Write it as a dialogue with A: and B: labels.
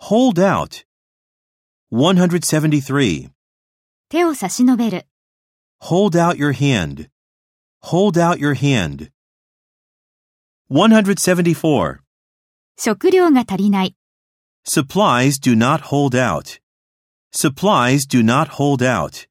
A: Hold out. 173.
B: 手を差し伸べる、
A: Hold out your hand. Hold out your hand. 174.
B: 食料が足りない、
A: Supplies do not hold out. Supplies do not hold out.